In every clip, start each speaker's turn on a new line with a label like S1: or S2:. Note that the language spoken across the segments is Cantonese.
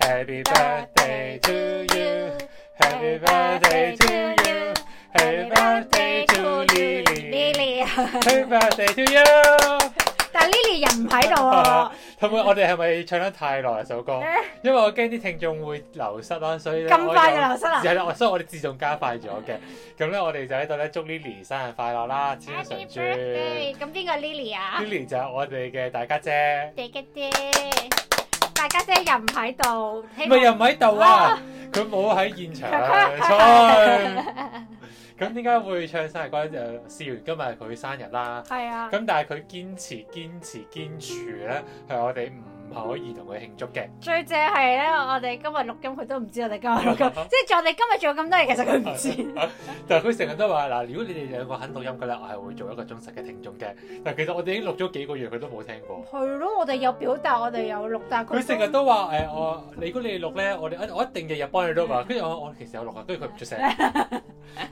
S1: Happy birthday to you. Happy birthday to you. Happy birthday to Lily. Happy birthday to you. Ờ,
S2: 但 Lily 人唔喺度喎
S1: 啊，同埋我哋係咪唱得太耐啊首歌？因為我驚啲聽眾會流失啦，所以咧
S2: 咁快
S1: 我
S2: 就流失啦
S1: 係啦，所以我哋自動加快咗嘅。咁咧，我哋就喺度咧祝 Lily 生日快樂啦，千上
S2: Happy
S1: 珠。
S2: birthday！咁邊個 Lily 啊？
S1: Lily 就係我哋嘅大家姐，
S2: 姐嘅啫，大家姐又唔喺度，希
S1: 咪
S2: 望
S1: 又唔喺度啊！佢冇喺現 場，錯。咁點解會唱生日歌咧？就試完今日係佢生日啦。
S2: 係啊，
S1: 咁但係佢堅持、堅持、堅持咧，係我哋唔可以同佢慶祝嘅。
S2: 最正係咧，我哋今日錄音佢都唔知我哋今日錄音，即係我哋今日做咁多嘢，其實佢唔知。
S1: 但係佢成日都話嗱，如果你哋兩個肯錄音嘅咧，我係會做一個忠實嘅聽眾嘅。但係其實我哋已經錄咗幾個月，佢都冇聽過。
S2: 係咯，我哋有表達，我哋有錄，但係
S1: 佢成日都話誒、我你如果你哋錄咧，我哋我一定日日幫你錄
S2: 嗯
S1: 啊。跟住我我其實有錄啊，跟住佢唔出聲。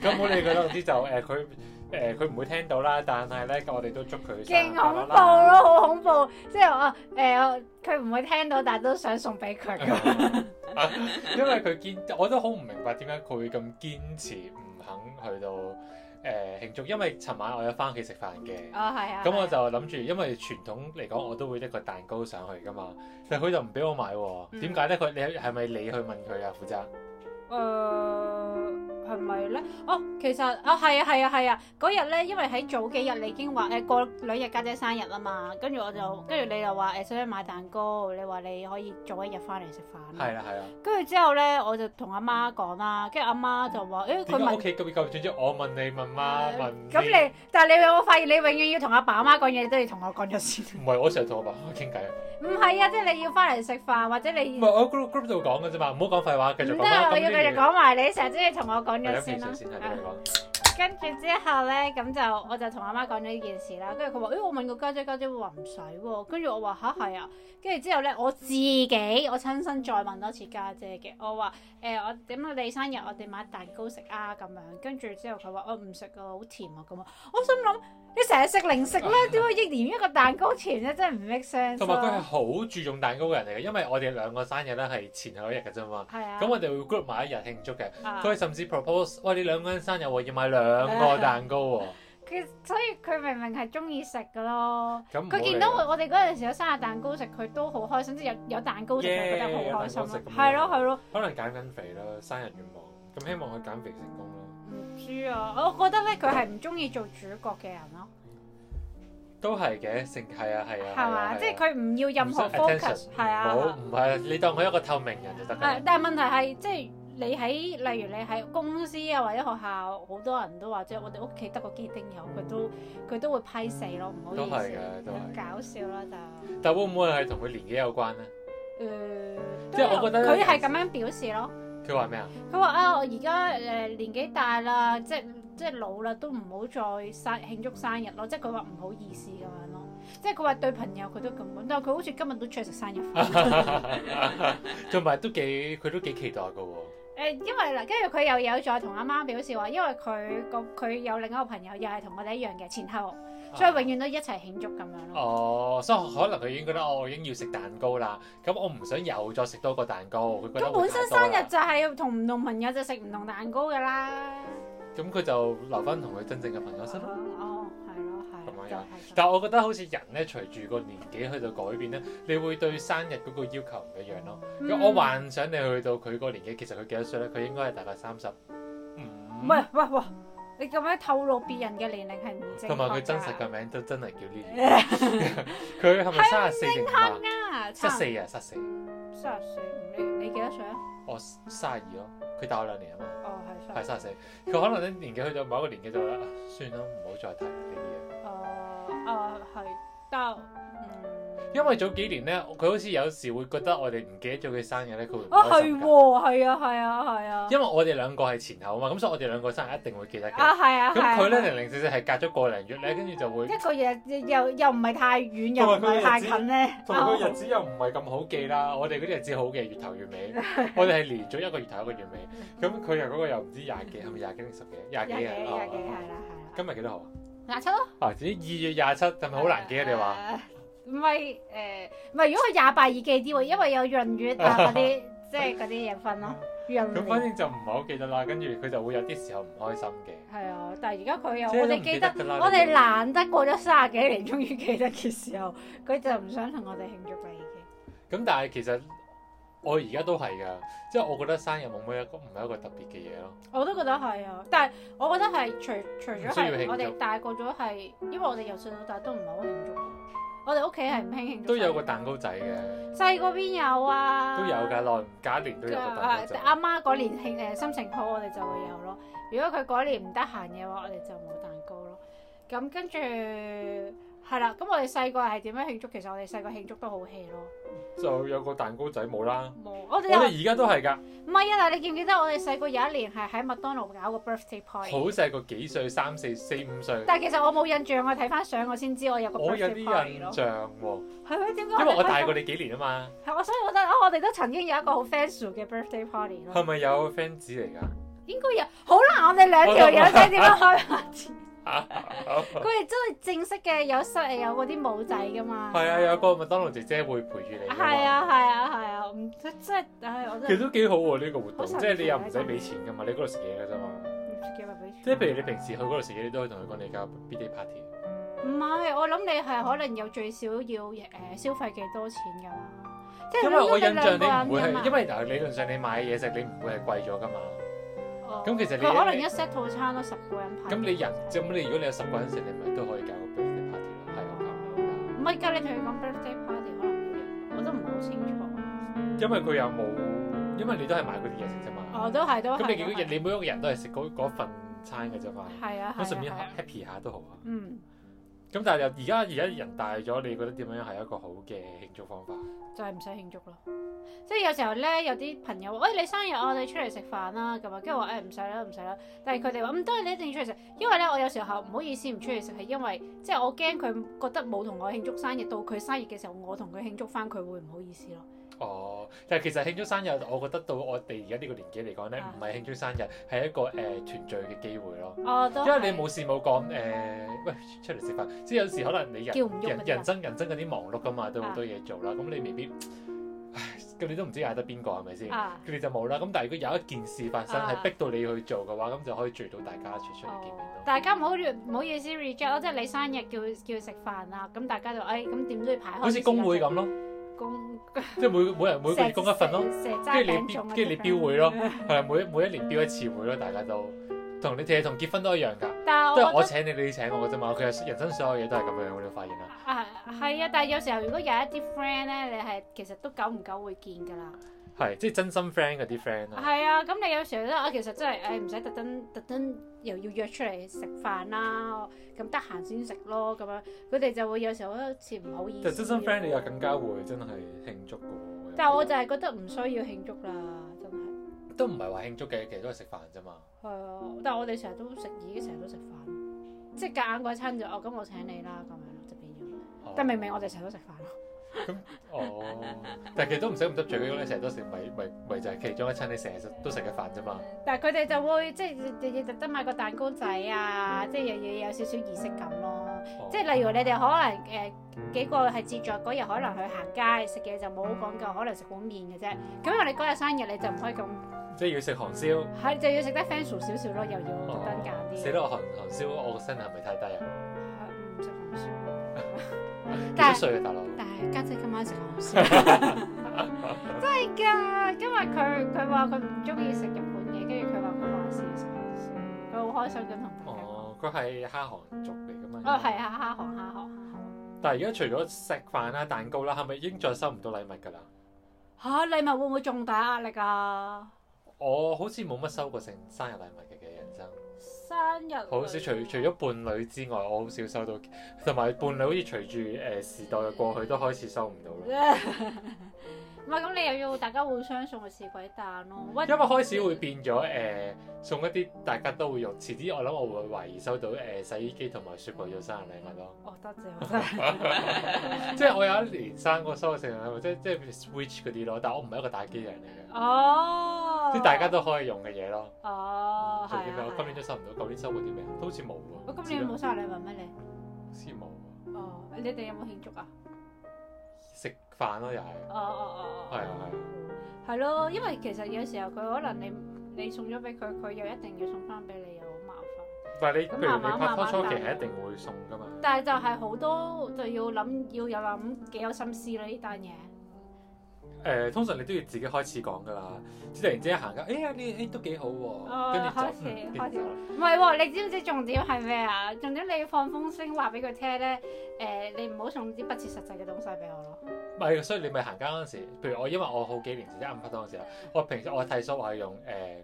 S1: 咁我理佢啦，總之就誒佢誒佢唔會聽到啦。但係咧，我哋都祝佢生
S2: 勁
S1: 日快
S2: 恐
S1: 樂
S2: 怖啊
S1: 啦。
S2: 咯，好恐怖！即係我誒，佢唔會聽到，但係都想送俾佢咁。
S1: 因為佢堅，我都好唔明白點解佢會咁堅持唔肯去到誒、慶祝。因為尋晚我有翻屋企食飯嘅。
S2: 哦，係啊。
S1: 咁我就諗住，因為傳統嚟講，我都會拎個蛋糕上去噶嘛，但係佢就唔俾我買喎。
S2: 嗯
S1: 點解咧？佢你係咪你去問佢啊？負責
S2: 誒係咪咧？哦，其實啊係啊係啊係啊，嗰日咧，因為喺早幾日你已經話誒過兩日家姐生日啊嘛，跟住我
S1: 嗯
S2: 就跟住你就話誒想唔想買蛋糕，你話你可以早一日翻嚟食飯，
S1: 係啦係啦。
S2: 跟住之後咧我就同阿媽講啦，跟住阿媽就話誒佢
S1: 點解屋
S2: 問。
S1: 企咁咁轉咗？我問你問媽問
S2: 咁你，但係你我發現你永遠要同阿爸阿媽講嘢，你都要同我講咗先。
S1: 你唔係我成日同我爸媽傾偈，
S2: 唔係啊，即係你要翻嚟食飯，或者你
S1: 唔係我 group group 度講嘅啫嘛，唔好講廢話，繼續講
S2: 唔得啊，
S1: 啦。
S2: 我要繼續講埋你，成日都要同我講
S1: 係
S2: 咗
S1: 啊，
S2: 先啦
S1: 先。先係繼續講。
S2: 跟住之後咧，咁就我就同阿媽講咗呢件事啦。跟住佢話：，誒、我問過家姐，家姐話唔使喎。跟住我話吓，係啊。跟住之後咧，我自己我親身再問多次家姐嘅。我話：誒、我點啊？你生日我哋買蛋糕食啊咁樣。跟住之後佢話：我唔食啊，好甜啊咁啊。我心諗你成日食零食啦，點解一年一個蛋糕甜咧？真係唔 make sense 啊
S1: 同埋佢係
S2: 咯。
S1: 好注重蛋糕嘅人嚟嘅，因為我哋兩個生日咧係前後一日嘅啫嘛。
S2: 係啊。
S1: 咁我哋會 group 埋一日慶祝嘅。
S2: 啊
S1: 佢甚至 propose：喂，你兩個人生日喎，要買兩個蛋糕 喎。
S2: 佢所以佢明明係中意食嘅咯。
S1: 咁唔好
S2: 佢
S1: 嗯理
S2: 見到我我哋嗰陣時有生日蛋糕食，佢都好開心，即係有有蛋糕食，佢
S1: Yeah，
S2: 覺得好開心
S1: 有蛋糕食
S2: 咯。
S1: 咁
S2: 係咯係咯，
S1: 可能減緊肥啦，生日願望，咁希望佢減肥成功啦。
S2: 唔知啊，我覺得咧佢係唔中意做主角嘅人咯，
S1: 都係嘅，性係啊係啊，
S2: 係嘛？即係佢唔要任何 focus，係
S1: 冇
S2: 啊。
S1: 唔係，你當佢一個透明人就得㗎
S2: 係
S1: 啦。
S2: 但係問題係即係。你喺例如你喺公司啊或者學校，好多人都話即係我哋屋企得個機丁友，佢都佢都會批死咯，唔好意
S1: 都係
S2: 思
S1: 嘅，都，係
S2: 搞笑啦就
S1: 但會唔會係同佢年紀有關咧？
S2: 誒，
S1: 即係我覺得
S2: 佢係咁樣表示咯。
S1: 佢話咩啊？
S2: 佢話啊，我而家誒年紀大啦，即係即係老啦，都唔好再生慶祝生日咯。即係佢話唔好意思咁樣咯。即係佢話對朋友佢都咁講，但係佢好似今日都出去食生日飯。誒、
S1: 同埋都幾佢都幾期待㗎喎。
S2: 因為嗱，跟住佢又有再同阿媽表示話，因為佢個佢有另一個朋友又係同我哋一樣嘅前後， 所以永遠都一齊慶祝咁樣
S1: À.
S2: 咯。
S1: 哦，所以可能佢已經覺得哦我已經要食蛋糕啦，咁我唔想又再食多個蛋糕。佢覺
S2: 咁
S1: 得
S2: 本
S1: 會
S2: 身
S1: 太多
S2: 生
S1: 啦
S2: 日就係同唔同朋友就食唔同蛋糕噶啦。
S1: 咁佢就留翻同佢真正嘅朋友身啦。
S2: 哦，係咯，係
S1: 咁樣
S2: 就
S1: 樣
S2: 係咁
S1: 但係我覺得好似人咧，隨住個年紀去到改變咧，你會對生日嗰個要求唔一樣咯。咁我
S2: 嗯
S1: 幻想你去到佢個年紀，其實佢幾多歲咧？佢應該係大概三十五。
S2: 喂喂喂，你咁樣透露別人嘅年齡係唔正確㗎
S1: 同埋佢真實嘅名都真係叫 Lily。佢係咪三十四定五啊？
S2: 啊，
S1: 十
S2: 差唔
S1: 四啊，十四。
S2: 多三十四，你你幾多歲啊？
S1: 我三十二咯，佢大我兩年啊嘛，
S2: 哦，係
S1: 係
S2: 三十
S1: 三十四。佢可能咧年紀去到某一個年紀就話啊算啦，唔好再提呢啲嘢。
S2: 啊四，哦哦係，但係嗯
S1: 因為早幾年咧，佢好似有時會覺得我哋唔記得咗佢生日咧，佢會唔
S2: 啊
S1: 開
S2: 係
S1: 心㗎
S2: 喎，係啊係啊係啊，
S1: 因為我哋兩個係前後啊嘛，咁所以我哋兩個生日一定會記得
S2: 啊
S1: 嘅。
S2: 係啊
S1: 咁
S2: 係啊，
S1: 佢咧零零四四係隔咗個零月咧，跟住就會
S2: 一個月又又唔係太遠，又
S1: 同埋
S2: 唔
S1: 佢
S2: 係太
S1: 日子
S2: 近哦咧，
S1: 同埋哦個日子又唔係咁好記啦。我哋嗰啲日子好記，月頭月 尾，我哋係連咗一個月頭一個月尾。咁佢又嗰個又唔知廿幾，係咪廿幾定十幾？廿幾
S2: 廿幾
S1: 啊？
S2: 廿幾係
S1: 哦
S2: 啦係啦，
S1: 今日幾多號啊？
S2: 廿七咯，
S1: 啊，自己二月廿七，係咪好難記啊？你話？
S2: 誒？唔係誒，唔係如果佢廿八易記啲喎，因為有閏月 啊嗰啲，即係嗰啲嘢分咯，閏
S1: 咁反正
S2: 年
S1: 就唔係好記得啦。跟住佢就會有啲時候唔開心嘅。
S2: 係啊，但係而家佢又
S1: 即係
S2: 我
S1: 都
S2: 哋
S1: 唔
S2: 記
S1: 記
S2: 得
S1: 得。㗎啦。
S2: 我
S1: 你
S2: 哋
S1: 哋
S2: 難得過咗卅幾年，終於記得嘅時候，佢就唔想同我哋慶祝啦，已經。
S1: 咁但係其實我而家都係㗎，即係我覺得生日冇咩一個唔係一個特別嘅嘢咯。
S2: 我都覺得係啊，但係我覺得係除除咗
S1: 唔需要慶
S2: 係
S1: 祝
S2: 我哋大個咗係，因為我哋由細到大都唔係好慶祝，我哋屋企係唔興慶祝。
S1: 都有個蛋糕仔嘅，
S2: 細個邊有啊？
S1: 都有㗎，耐唔隔一年都有個蛋糕
S2: 啊
S1: 仔。
S2: 阿媽嗰年慶誒心情好，我哋就會有咯。如果佢嗰年唔得閒嘅話，我哋就冇蛋糕咯。咁跟住係啦，咁我哋細個係點樣慶祝？其實我哋細個慶祝都好 hea 咯，
S1: 就有個蛋糕仔冇啦。
S2: 冇我
S1: 我
S2: 哋又
S1: 哋而家都係㗎，
S2: 唔係啊！但係你記唔記得我哋細個有一年係喺麥當勞搞個 birthday
S1: 好
S2: party？
S1: 細個幾歲，三四四五歲，
S2: 但係其實我冇印象，我睇翻相我先知我有個
S1: 我有
S2: birthday
S1: 啲
S2: party
S1: 印
S2: 咯。
S1: 象喎，
S2: 係咩？點解
S1: 因為我
S2: 哋
S1: 大
S2: 開
S1: 過
S2: 心
S1: 你幾年啊嘛，
S2: 係我，所以我覺得啊，我哋都曾經有一個好 fancy 嘅 birthday party
S1: 係
S2: 咯。
S1: 咪有 fans 嚟㗎？
S2: 應該有，好難我哋兩條友仔點樣開 party？佢哋真係正式嘅有室有嗰啲帽仔噶嘛？
S1: 係啊，有個麥當勞姐姐會陪住你㗎嘛
S2: 係啊係啊係啊！唔真真係唉，我真
S1: 其實
S2: 係
S1: 都幾好喎呢個活動，
S2: 嗯好神
S1: 即
S2: 奇
S1: 係你又唔
S2: 啊
S1: 使
S2: 真係
S1: 俾錢㗎嘛，你嗰度食嘢㗎啫嘛。
S2: 唔知幾百俾
S1: 即係譬如你平時去嗰度食嘢，你都可以同佢講你搞 B day party。
S2: 唔係，我諗你係可能有最少要誒、消費幾多錢㗎嘛？即係
S1: 因為我印象你唔會
S2: 兩個人㗎嘛
S1: 係，因為嗱理論上你買嘢食你唔會係貴咗㗎嘛。
S2: 哦
S1: 咁其實你
S2: 佢可能一 set 套餐都十個人派。
S1: 咁你人咁你如果你有十個人食，你咪都可以搞個 birthday party 咯，係我搞
S2: 唔係㗎，你同佢講 birthday party 可能我都唔係好清
S1: 嗯
S2: 楚。
S1: 因為佢又冇，因為你都係買嗰啲嘢食啫嘛。
S2: 我哦都係都係。
S1: 咁你幾
S2: 都
S1: 個
S2: 係
S1: 人，你每一個人都係食嗰嗰份餐嘅啫嘛。
S2: 係啊，
S1: 咁
S2: 係
S1: 順便
S2: 啊係啊
S1: happy 下都好啊。
S2: 嗯，
S1: 咁但係又而家而家人大咗，你覺得點樣係一個好嘅慶祝方法？
S2: 就係唔使慶祝咯。即係有時候咧，有啲朋友話：，喂，你生日啊，我哋出嚟食飯啦，咁啊，跟住我話：，誒，唔使啦，唔使啦。但係佢哋話：，唔得，你一定要出嚟食，因為咧，我有時候唔好意思唔出嚟食，係因為即係我驚佢覺得冇同我慶祝生日，到佢生日嘅時候，我同佢慶祝翻，佢會唔好意思咯。
S1: 哦，但係其實慶祝生日，我覺得到我哋而家呢個年紀嚟講咧，
S2: 啊
S1: 唔係慶祝生日，係一個誒、呃、團聚嘅機會咯。
S2: 哦，都
S1: 因為你冇事冇講誒，呃喂出嚟食飯，即係有時可能你人
S2: 叫唔喐
S1: 人
S2: 嗰啲啊
S1: 人生人生嗰啲忙碌噶嘛，都好多嘢做啦，咁你未必，唉，咁你都唔知嗌得邊個係咪先？
S2: 啊。
S1: 佢哋就冇啦。咁但係如果有一件事發生
S2: 啊
S1: 係逼到你去做嘅話，咁就可以聚到大家一齊出嚟見面咯。
S2: 大家唔好唔好意思 reject 咯，即係你生日叫叫食飯啦，咁大家就誒咁點都要排開。
S1: 好似工會咁，咯，
S2: 工
S1: 即係每每人每個月供一份咯，
S2: 蛇
S1: 跟
S2: 齋
S1: 住你
S2: 餅
S1: 標
S2: 種啊
S1: 跟住你標會咯，係啊每每一年標一次會咯，大家都同你其實同結婚都一樣㗎，
S2: 但
S1: 都
S2: 係
S1: 係
S2: 哦我
S1: 我
S2: 覺得
S1: 請你，你請我嘅啫嘛。佢係人生所有嘢都係咁樣，你會發現啦。
S2: 啊係啊，
S1: 嗯
S2: 但係有時候如果有一啲 friend 咧，你係其實都久唔久會見㗎啦。
S1: 係，即係真心 friend 嗰啲 friend 啦。
S2: 係啊，咁你有時候咧，啊其實真係誒唔使特登特登又要約出嚟食飯啦，咁得閒先食咯咁樣，佢哋就會有時候好似唔好意
S1: 就
S2: 思。
S1: 真心 friend 你又更加會真係慶祝嘅喎。
S2: 但係我就係覺得唔需要慶祝啦，真係。
S1: 都唔係話慶祝嘅，其實都係食飯啫嘛。
S2: 係啊，但係我哋成日都食，已經成日都食飯，即係夾硬嗰一餐就哦，咁我請你啦咁樣咯，就變咗。
S1: 哦
S2: 但明啊明我哋成日都食飯咯，
S1: 哦，但係其實都唔使咁執著嘅，因為你成日都食，咪咪咪就係其中一餐你成日都食嘅飯啫嘛。
S2: 但係佢哋就會即係要特登買個蛋糕仔啊，即係又要有少少儀式感咯。
S1: 哦
S2: 即係例如你哋可能誒、呃、幾個係節作嗰日，可能去行街食嘢就冇好講究，可能食碗麵嘅啫。咁因為你嗰日生日你就唔可以咁，
S1: 即係要食韓燒。
S2: 係就要食得 fancy 少少咯，又要特登揀
S1: 哦，
S2: 啲。
S1: 死啦！我韓韓燒，我個身係咪太低啊？
S2: 係唔食韓燒，
S1: 幾多
S2: 但係。
S1: 歲啊，大佬？
S2: 但係家姐今晚食韓 燒，真係㗎，因為佢佢話佢唔中意食日本嘢，跟住佢話佢話試食韓燒，佢好開心咁同大家講。
S1: 哦，佢係蝦韓族嚟噶嘛？
S2: 哦，係。啊，蝦行蝦行蝦行
S1: 但係而家除咗食飯啦、蛋糕啦，係咪已經再收唔到禮物㗎啦？
S2: 嚇禮物會唔會重大壓力啊？
S1: 我好似冇乜收過聖生日禮物嘅嘅人生。
S2: 生生日
S1: 好少除
S2: 啊
S1: 除 咗伴侶之外，我好少收到，同埋伴侶好似隨住誒、呃時代嘅過去都開始收唔到啦。
S2: 唔係咁，你又要大家互相送個士鬼蛋咯。喂，
S1: 因為開始會變咗誒、呃送一啲大家都會用，遲啲我諗我會懷疑收到誒、呃洗衣機同埋雪櫃做生日禮物 咯。
S2: 我得謝我真係，
S1: 即係我有一年生過收嘅聖誕禮物，即係即係 Switch 嗰啲咯，但我唔係一個打機人嚟嘅，
S2: Ờ. 哦，
S1: 即係大家都可以用嘅嘢咯。
S2: 哦，係
S1: 做
S2: 啊
S1: 啲咩？我今年
S2: 係
S1: 都
S2: 啊哦
S1: 收唔到，舊年收過啲咩？都好似冇喎。
S2: 我今年冇生日禮物咩你？
S1: 先冇喎，
S2: 哦，你哋有冇慶祝啊？
S1: 食飯咯又係，
S2: 哦哦哦
S1: 係
S2: 哦，
S1: 啊
S2: 係咯，因為其實有時候佢可能你你送咗俾佢，佢又一定要送翻俾你，又好麻
S1: 係啊。
S2: 煩。
S1: 但係你譬
S2: 咁
S1: 如
S2: 慢慢
S1: 你拍拖
S2: 慢慢
S1: 初期
S2: 慢慢
S1: 係一定會送噶嘛？
S2: 但係就係好多就要諗，要有諗幾有心思啦呢單嘢。
S1: 誒、通常你都要自己開始講㗎啦，即係突然之間行緊，哎呀呢誒都幾好喎、
S2: 哦
S1: 跟住就
S2: 開始
S1: 嗯跟
S2: 開始
S1: 住就
S2: 唔係喎，你知唔知重點係咩啊？重點你要放風聲話俾佢聽咧，誒、你唔好送啲不切實際嘅東西俾我咯。
S1: 唔係，所以你咪行街嗰陣時，譬如我因為我好幾年前即係暗拍檔嗰陣時啦，我平時我剃鬚我係用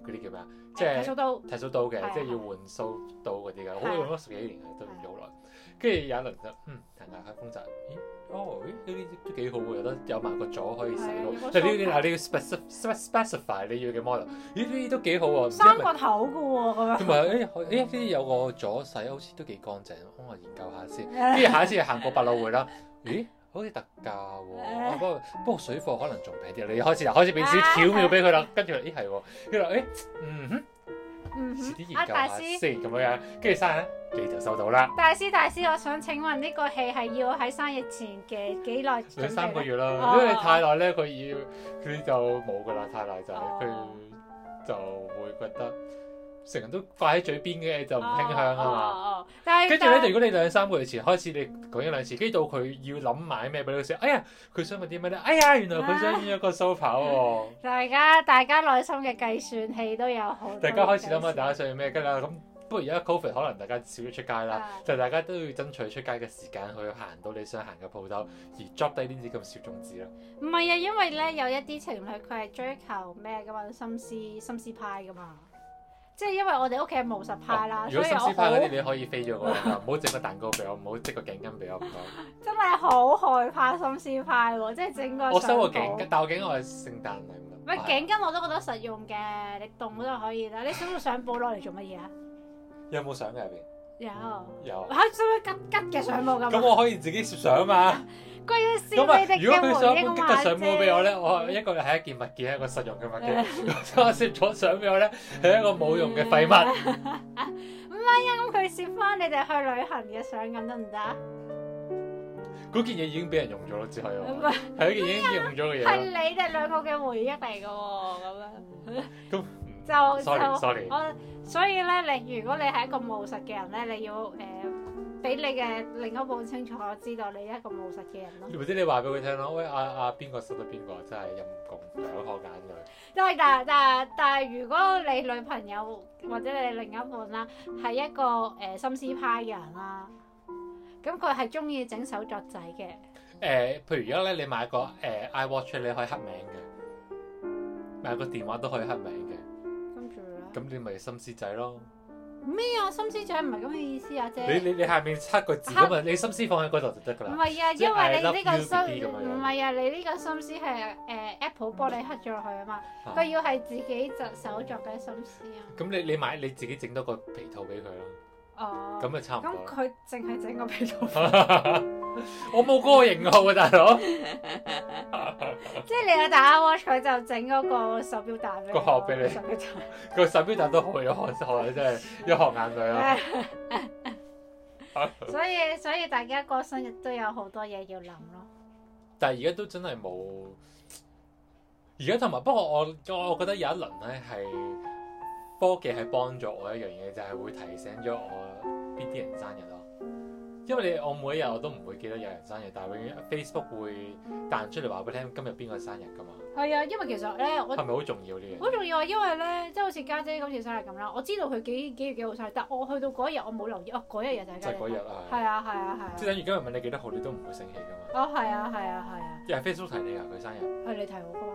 S1: 誒嗰啲叫咩啊，即
S2: 誒
S1: 係
S2: 剃鬚刀，
S1: 剃鬚刀
S2: 係啊
S1: 嘅，即係要換鬚刀嗰啲嘅，我用咗十幾年嘅，都用咗好耐。跟住有一輪就嗯行下開風閘，咦哦咦呢啲都幾好喎，有得有埋個座可以洗
S2: 係啊有
S1: 喎。
S2: 個
S1: 但係呢啲
S2: 梳
S1: 嗱你要 specify specify 你要嘅 model，咦呢啲都幾好喎，唔知係
S2: 嗯三
S1: 咪
S2: 個頭嘅喎咁樣。
S1: 同埋誒可誒呢啲有個左洗好似都幾乾淨，我研究下先。跟住下一次行過百老匯啦，咦？好似特價喎、啊不過不過水貨可能仲平啲，你開始啊就開始俾少
S2: 啊
S1: 巧妙俾佢啦，跟住咦係喎，跟住話誒嗯哼，
S2: 嗯
S1: 遲啲研
S2: 哼，
S1: 究
S2: 啊
S1: 下
S2: 大師，
S1: 先咁樣樣，跟住生日咧你就收到啦，
S2: 大師，大師，我想請問呢個戲係要喺生日前嘅幾耐準備
S1: 兩
S2: 呢
S1: 三個月啦
S2: 哦，
S1: 因為太耐咧佢要佢就冇噶啦，太耐就係佢
S2: 哦
S1: 就會覺得成日都掛喺嘴邊嘅就唔傾向啊嘛。
S2: 哦哦哦但係
S1: 跟住咧，如果你兩三個月前開始你講一兩次，跟住到佢要諗買咩俾你食，哎呀，佢想買啲咩咧？哎呀，原來佢想要一個 sofa 喎。
S2: 大家大家內心嘅計算器都有好多計算，
S1: 大家開始諗下大家想要咩㗎啦。咁不過而家 Covid 可能大家少咗出街啦，
S2: 啊
S1: 就大家都要爭取出街嘅時間去行到你想行嘅鋪頭，而 drop 低呢啲咁小種子啦。
S2: 唔係啊，因為咧有一啲情侶佢係追求咩噶嘛，心思心思派噶嘛，即係因為我哋屋企係務實派啦，
S1: 哦如
S2: 所
S1: 果心
S2: 以我
S1: 思派
S2: 好
S1: 嗰啲，你可以飛咗過啦，唔好整個蛋糕俾我，唔好織個頸巾俾我，唔該。
S2: 真係好害怕心思派喎，即係整個
S1: 我收個
S2: 相簿
S1: 頸巾，。但我頸巾我係啊聖誕禮物。
S2: 喂，頸巾我都覺得實用嘅，你凍都可以啦。你想唔想簿攞嚟做乜嘢啊？
S1: 有冇相嘅入邊？
S2: 有嚇，
S1: 有啊。
S2: 想唔想吉吉嘅相簿咁
S1: 咁
S2: 啊？
S1: 我可以自己攝相嘛？
S2: 關於先
S1: 咁啊
S2: 你！哋
S1: 如果佢
S2: 嘅
S1: 想
S2: 回憶
S1: 本激
S2: 嘛
S1: 嘅相簿俾我咧，
S2: 啫
S1: 我一個係一件物件，係一個實用嘅物 件。咁我攝咗相俾我咧，係一個冇用嘅廢
S2: 嗯
S1: 物。
S2: 啊咁佢攝翻你哋去旅行嘅相咁得唔 得啊？
S1: 嗰件嘢已經俾人用咗咯，只可以
S2: 唔
S1: 話
S2: 係
S1: 係一件已經用咗嘅嘢
S2: 嗯係
S1: 咯。
S2: 你哋兩個嘅回憶嚟嘅喎，
S1: 咁
S2: 咁樣 就
S1: sorry
S2: 就
S1: sorry，
S2: 我所以咧，你如果你係一個務實嘅人咧，你要誒俾、你嘅另一半清楚知道你係一個務實嘅人咯。
S1: 或者你話俾佢聽咯，喂阿阿邊個收到邊個，真係陰公兩殼眼淚。
S2: 但係但係但係但係，如果你女朋友或者你另一半啦，係一個誒、呃心思派嘅人啦，咁佢係中意整手作仔嘅，
S1: 誒，呃譬如而家咧，你買個誒 iWatch 你可以黑名嘅，買個電話都可以黑名嘅，
S2: 跟住咧
S1: 咁你咪心思仔咯。
S2: 咩啊？心思仔唔係咁嘅意思啊，姐。
S1: 你你你下面黑個字咁啊，你心思放喺嗰度就得㗎
S2: 唔
S1: 啦。
S2: 係啊，
S1: 即係
S2: 因
S1: I
S2: 為你呢
S1: love
S2: 個
S1: you
S2: 心
S1: BB 咁樣
S2: 唔係啊，你呢個心思係誒 Apple 幫你刻咗落去啊嘛，
S1: 嗯
S2: 佢要係自己就手作嘅心思啊。
S1: 咁你你買你自己整多個皮套俾佢咯，
S2: 哦，
S1: 咁咪差唔多
S2: 咁
S1: 啦。
S2: 佢淨係整個皮套，
S1: 我冇嗰個型號啊，大佬
S2: 即係你有打 watch 佢就整嗰個手錶帶俾
S1: 個殼俾你
S2: 手錶帶
S1: 個手錶帶都好有汗汗，真係一汗眼淚啊！
S2: 所以所以大家過生日都有好多嘢要諗咯。
S1: 但係而家都真係冇，而家同埋不過我我我覺得有一輪咧係科技係幫咗我一樣嘢，就係、會提醒咗我邊啲人生日咯。因為你我每一日我都唔會記得有人生日，但係永遠 Facebook 會彈出嚟話俾你聽今日邊個生日㗎嘛，
S2: 係啊，因為其實咧我
S1: 係。咪好重要呢樣嘢？
S2: 好重要啊！因為咧，即係好似家姐今次生日咁啦，我知道佢幾幾月幾號生日，但我去到嗰日我冇留意，哦，嗰一日就
S1: 就
S2: 係
S1: 係
S2: 家姐。
S1: 嗰日啊！
S2: 係啊，係啊，係啊。
S1: 即係等於今日問你幾多號，你都唔會醒起噶嘛。
S2: 哦，係啊，係啊，係啊，
S1: 又係 Facebook 提你啊，佢生日。
S2: 係你提我噶嘛？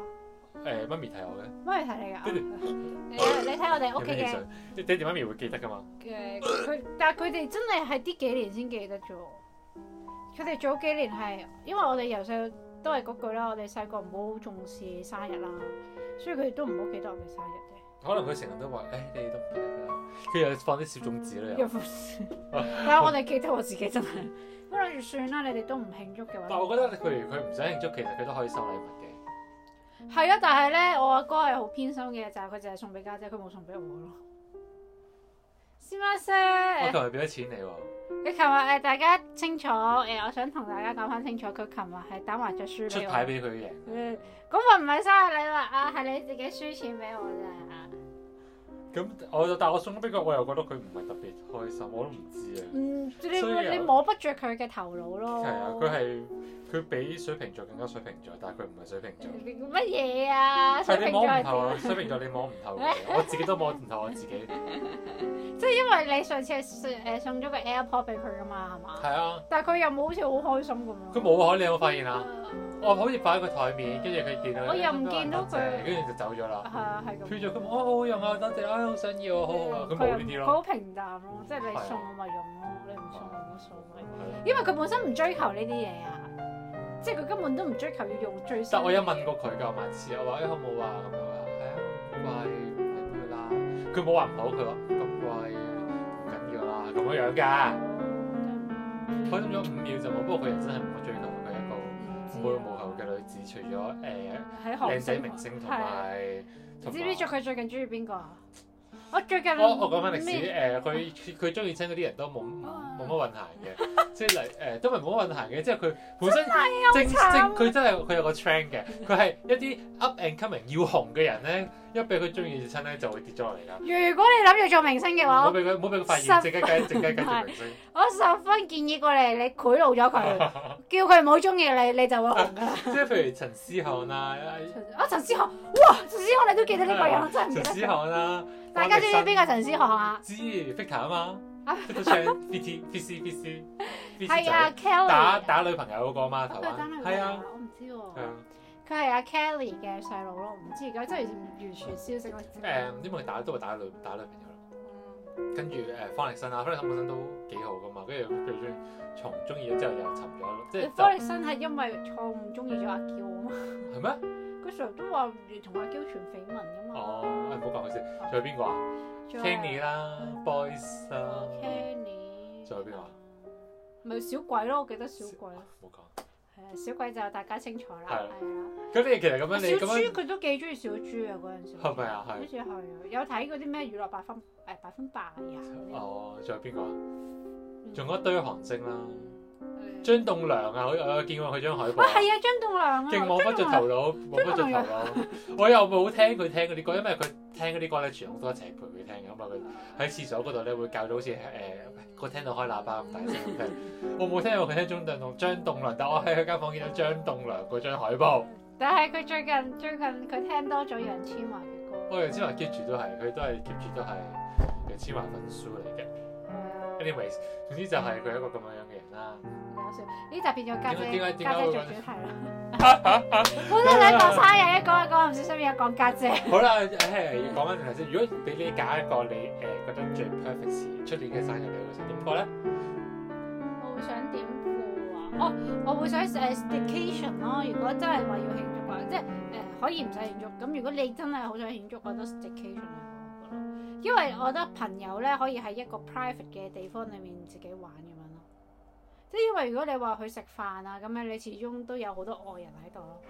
S1: 誒、誒媽咪睇我嘅，
S2: 乜嘢睇嚟㗎？你你睇我哋屋
S1: 有
S2: 企
S1: 咩
S2: 嘅
S1: 嘢。想？你爹哋媽咪會記得噶嘛？
S2: 嘅佢，但係佢哋真係係呢幾年先記得啫喎。佢哋早幾年係因為我哋由細都係嗰句啦，我哋細個唔好重視生日啦，所以佢哋都唔好記得我哋生日嘅。
S1: 可能佢成日都話：誒、你哋都唔記得㗎啦。佢又放啲小種子啦。又
S2: 有冇事 但係我哋記得我自己真係，不過算啦，你哋都唔慶祝嘅
S1: 但
S2: 話，
S1: 我覺得佢佢唔使慶祝，其實佢都可以收禮物嘅。
S2: 係啊。但係咧，我阿哥係好偏心嘅，就係佢淨係送俾家姐，佢冇送俾我咯。先啦
S1: 我
S2: 先。
S1: 琴日俾咗錢你喎，
S2: 佢琴日誒大家清楚誒、我想同大家講翻清楚，佢琴日係打麻雀輸俾
S1: 出
S2: 我。
S1: 牌俾佢贏。
S2: 嗯，咁我唔係生日禮物啊，係你自己輸錢俾我咋。
S1: 咁我就但我送咗俾佢，我又覺得佢唔係特別開心，我都唔知啊。
S2: 嗯，你
S1: 所以啊
S2: 你摸不着佢嘅頭腦咯。
S1: 係啊，佢係佢比水瓶座更加水瓶座，但係佢唔係水瓶座。
S2: 乜嘢啊？水
S1: 係你
S2: 瓶
S1: 摸
S2: 座
S1: 唔
S2: 係
S1: 透啊！
S2: 點？
S1: 水瓶座你摸唔透 嘅，我自己都摸唔透我自己。
S2: 即係因為你上次係送誒送咗個 AirPod 俾佢噶嘛，係嘛？
S1: 係啊，
S2: 但係佢又冇好似好開心咁樣。
S1: 佢冇可你有冇發現啊？
S2: 誒
S1: 我好似擺喺個台面，跟住佢見到
S2: 我又唔見到佢
S1: 多謝跟住就走咗啦。
S2: 係啊，係
S1: 佢
S2: 咁。
S1: 就咁，哦，我好用啊，多謝啊，好想要啊，好好啊，佢冇呢啲
S2: 嗯佢
S1: 咯。
S2: 好平淡咯，即係你
S1: 係啊
S2: 送我咪用咯，你唔送我冇所謂。
S1: 係啊
S2: 因為佢本身唔追求呢啲嘢啊，即係佢根本都唔追求要用最新。
S1: 但我有問過佢㗎，晚次我話誒好唔好啊咁樣啊，誒唔貴唔緊要啦。佢冇話唔好，佢話咁貴唔緊要啦咁樣樣㗎。開心咗五秒就冇，不過佢人真係冇乜追求，佢係一個
S2: 嗯
S1: 無欲無求嘅女子，除咗誒
S2: 喺韓
S1: 靚仔明星同埋
S2: 啊你
S1: 同
S2: 知唔知
S1: 埋哦
S2: 最。佢最近中意邊個啊？我最近
S1: 我我講翻歷史
S2: 咩啊
S1: 誒，佢佢佢中意親嗰啲人都冇冇乜運行 嘅，即係嚟誒都唔係冇乜運行嘅，即係佢本身正正
S2: 慘啊
S1: 佢真係佢有個 trend 嘅，佢係一啲 up and coming 要紅嘅人咧，一俾佢中意親咧就會跌咗落嚟啦。
S2: 如果你諗住做明星嘅
S1: 唔
S2: 話，
S1: 好
S2: 我
S1: 俾佢唔好俾佢發現，
S2: 十
S1: 靜雞雞靜雞雞做明星。
S2: 我十分建議過嚟，你賄賂 咗佢，叫佢唔好中意你，你就會紅噶啦。
S1: 即係譬如陳思漢啦，
S2: 啊，陳思翰，哇，陳思翰你都記得呢個人，我真係唔記
S1: 陳思
S2: 得咗。
S1: 漢啦，
S2: 大家知唔知邊個
S1: 個？
S2: 陳思翰啊？
S1: 知 Victor 啊嘛，Victor Chan B T B C B C B C
S2: 係啊
S1: 仔
S2: ，Kelly
S1: 打打女朋友嗰個啊嘛，台
S2: 佢係打
S1: 灣
S2: 女朋
S1: 係
S2: 友
S1: 啊
S2: 啊，我唔知
S1: 係
S2: 喎。
S1: 啊。
S2: 佢係阿 Kelly 嘅細佬咯，唔知而家真係完全消息我嗯
S1: 誒，
S2: 知。
S1: 因為打都係打女打女朋友啦，跟住誒方力申啊，方力申本身都幾好噶嘛，跟住佢最中意從中意咗之後又沉咗，即係
S2: 你
S1: 就
S2: 方力申係因為錯誤中意咗阿嬌啊嘛，
S1: 係咩？
S2: 佢成日都話要同阿嬌傳緋聞噶嘛。
S1: 哦，誒唔好講佢先，仲有邊個啊？Kenny 啦，Boys 啦，
S2: Kenny，
S1: 仲有邊個啊？
S2: 咪小鬼咯，我記得小鬼，
S1: 唔好講。
S2: 係啊，小鬼就大家清楚啦，
S1: 係
S2: 係啦。
S1: 咁你其實咁樣你
S2: 小
S1: 咁
S2: 豬
S1: 樣
S2: 佢都幾中意小豬啊，嗰陣時。
S1: 係咪啊係
S2: 好似係啊，有睇嗰啲咩娛樂百分誒百分百啊嗰啲。
S1: 哦，仲有邊個啊？
S2: 嗯
S1: 仲有一堆韓星啦，
S2: 誒
S1: 張棟梁啊，我我有見過佢張海報
S2: 哇，。係啊，張棟梁啊，啊
S1: 勁望不
S2: 張
S1: 着
S2: 棟
S1: 頭
S2: 梁
S1: 腦，望不着頭腦。 我又冇聽佢聽嗰啲歌，因為佢聽嗰啲歌咧，全部都一齊陪佢聽嘅，咁啊佢喺廁所嗰度咧會教到好似誒個聽到開喇叭咁大聲咁聽。 我冇聽過佢聽張棟張棟梁，但我喺佢間房見到張棟梁嗰張海報。
S2: 但係佢最近最近佢聽多咗楊千嬅嘅歌。
S1: 我楊千嬅 keep 住都係，佢都係 keep 住都係楊千嬅粉絲嚟嘅。anyways，總之就係佢一個咁樣樣嘅人啦。
S2: 搞笑，呢集變咗家
S1: 點解
S2: 姐，
S1: 點解點
S2: 家
S1: 解
S2: 姐
S1: 會
S2: 做
S1: 咁
S2: 主題啦。本身想講生日，一講一講唔小心又講家姐。
S1: 好啦，誒要講翻正題先。如果俾你揀一個你誒覺得最 perfect 時出年嘅生日，你會想點過咧？
S2: 我會想點過啊？哦，我會想誒 staycation 咯。如果真係話要慶祝啊，即係誒、可以唔使慶祝。咁如果你真係好想慶祝，我覺得 staycation 係好嘅咯。因為我覺得朋友咧可以喺一個 private 嘅地方裡面自己玩咁樣咯。即係因為如果你話去食飯啊咁樣，你始終都有好多外人喺度咯。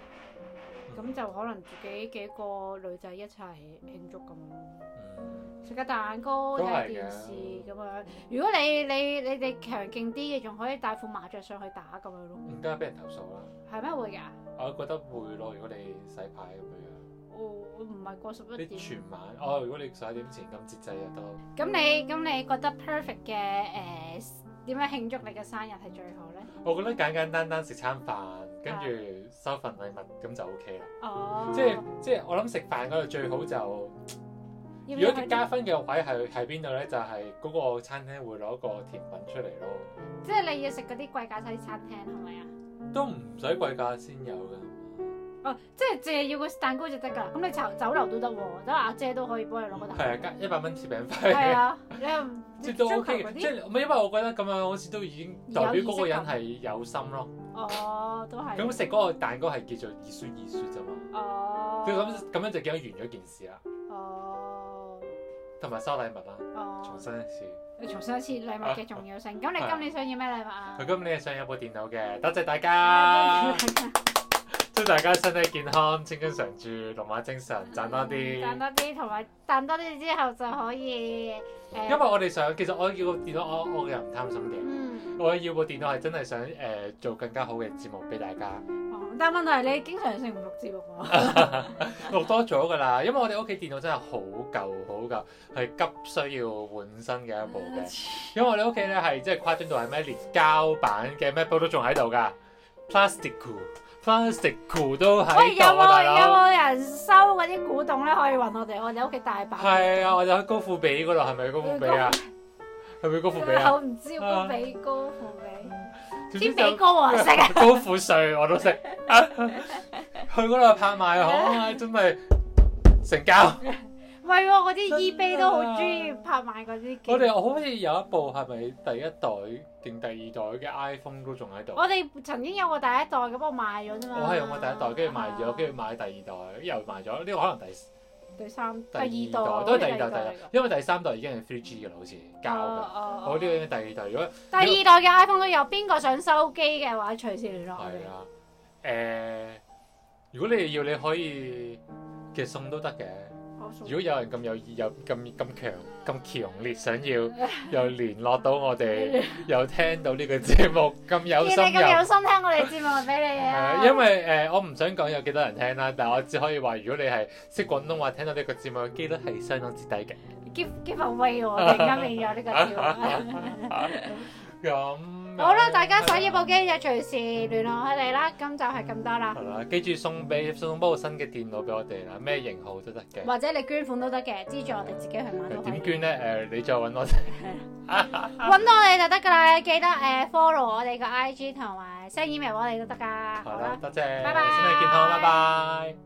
S2: 咁就可能自己幾個女仔一齊慶祝咁樣咯。
S1: 嗯，
S2: 食個蛋糕
S1: 都
S2: 睇
S1: 係
S2: 電
S1: 嘅
S2: 視咁樣。如果你你你哋強勁啲嘅，仲可以帶副麻雀上去打咁樣咯。
S1: 唔得俾人投訴啦。
S2: 係咩會㗎？
S1: 我覺得會咯，如果你洗牌咁樣
S2: 我我唔係過十
S1: 樣，
S2: 一
S1: 你
S2: 點。
S1: 全晚哦，如果你十一點前咁節制就得。
S2: 咁你咁你覺得 perfect 嘅誒點樣慶祝你嘅生日係最好咧？
S1: 我覺得簡簡單單食餐飯，跟住收份禮物咁就 OK 啦。
S2: 哦，
S1: 即係即係我諗食飯嗰度最好就，
S2: 要
S1: 如
S2: 唔要
S1: 果
S2: 去
S1: 加分嘅位係係邊度咧？就係、嗰個餐廳會攞個甜品出嚟咯，
S2: 即係你要食嗰啲貴價西餐廳係咪啊？
S1: 都唔使貴價先有㗎。
S2: 哦，即係借要個蛋糕就得㗎啦。咁你酒酒樓都得喎，得阿姐都可以幫你攞個蛋糕。
S1: 係啊，加一百蚊切餅
S2: 係
S1: 費，
S2: 啊，你又唔
S1: 即
S2: 你
S1: 係都
S2: 追求
S1: OK
S2: 嗰
S1: 嘅。即
S2: 啲？
S1: 係唔係因為我覺得咁樣好似都已經代表嗰個人係有心咯。
S2: 哦，都係。
S1: 咁食嗰個蛋糕係叫做二雪二雪啫嘛。
S2: 哦。
S1: 佢咁咁樣就叫完咗件事啦，
S2: 哦。
S1: 同埋收禮物啦，重
S2: 哦。
S1: 新一次。
S2: 你重申一次禮物嘅重要性。咁你今年想要咩禮物啊？
S1: 佢今年係想有部電腦嘅，多謝大家， 祝大家身體健康，青春常駐，龍馬精神，賺多啲。
S2: 嗯賺多啲，同埋賺多啲之後就可以
S1: 因為
S2: 誒。
S1: 我哋想，其實我要個電腦，我我個人唔貪心嘅，
S2: 嗯。
S1: 我要部電腦係真係想誒、呃做更加好嘅節目俾大家，
S2: 哦但問題係你經常性唔錄節目 喎。
S1: 錄多咗㗎啦。因為我哋屋企電腦真係好舊好舊，係急需要換新嘅一部嘅。因為我哋屋企咧係即係誇張到係咩，連膠板嘅 MacBook 都仲喺度㗎，plastic cool plastic cool 都
S2: 喂，
S1: 喺
S2: 有
S1: 度啊，大
S2: 冇有
S1: 佬。
S2: 冇人收嗰啲古董咧？可以揾我哋，我哋屋企大把。
S1: 係啊，我就喺高富比嗰度，係咪高富比啊？係咪高富比啊？
S2: 我唔知高比高富比，
S1: 總之
S2: 先
S1: 就
S2: 比高 黃色啊！
S1: 高富帥我都識。去嗰度拍賣行啊，真係成交。
S2: 唔係喎，嗰啲 eBay 都好中意拍賣嗰啲。
S1: 我哋好似有一部係咪第一代定第二代嘅 iPhone 都仲喺度。
S2: 我哋曾經有個第一代咁，我賣咗啫嘛。
S1: 我係用過第一代，跟住賣
S2: 啊
S1: 咗，跟住買第二代，又賣咗。呢個可能第
S2: 住第三、第
S1: 第
S2: 二
S1: 二
S2: 代
S1: 代都係第二代，
S2: 代
S1: 第二代，因為第三代已經係 3G 嘅啦，好似交嘅。
S2: 哦
S1: 我呢個已經第二代，如果
S2: 第二代嘅 iPhone 都有，邊個想收機嘅話，隨時聯絡我
S1: 係
S2: 哋。
S1: 啦，誒，如果你要，你可以其實送都得嘅。如果有人咁有意、有咁咁強、咁強烈想 要，又聯絡到我哋，又聽到呢個節目咁有
S2: 見
S1: 心
S2: 你咁有
S1: 又。
S2: 心聽我哋節目，俾你
S1: 係
S2: 啊！
S1: 啊因為誒、我唔想講有幾多人聽啦，但係我只可以話，如果你係識廣東話，聽到呢個節目嘅機率係相當之低嘅。
S2: give give away 喎，突然間變咗呢個調。
S1: 咁
S2: 好啦，大家想要部機就隨時聯絡我哋啦。咁就係咁多啦，
S1: 係啦，記住送俾送部新嘅電腦俾我哋啦，咩型號都得嘅。
S2: 或者你捐款都得嘅，資助我哋自己去買都可以
S1: 點。捐咧？誒、你再揾我哋。
S2: 揾到我哋就得噶啦，記得誒、follow 我哋個 IG 同埋 send email 我哋都得噶。
S1: 好
S2: 好
S1: 啦
S2: 啦，，
S1: 多謝，身
S2: 拜
S1: 體健康，拜拜。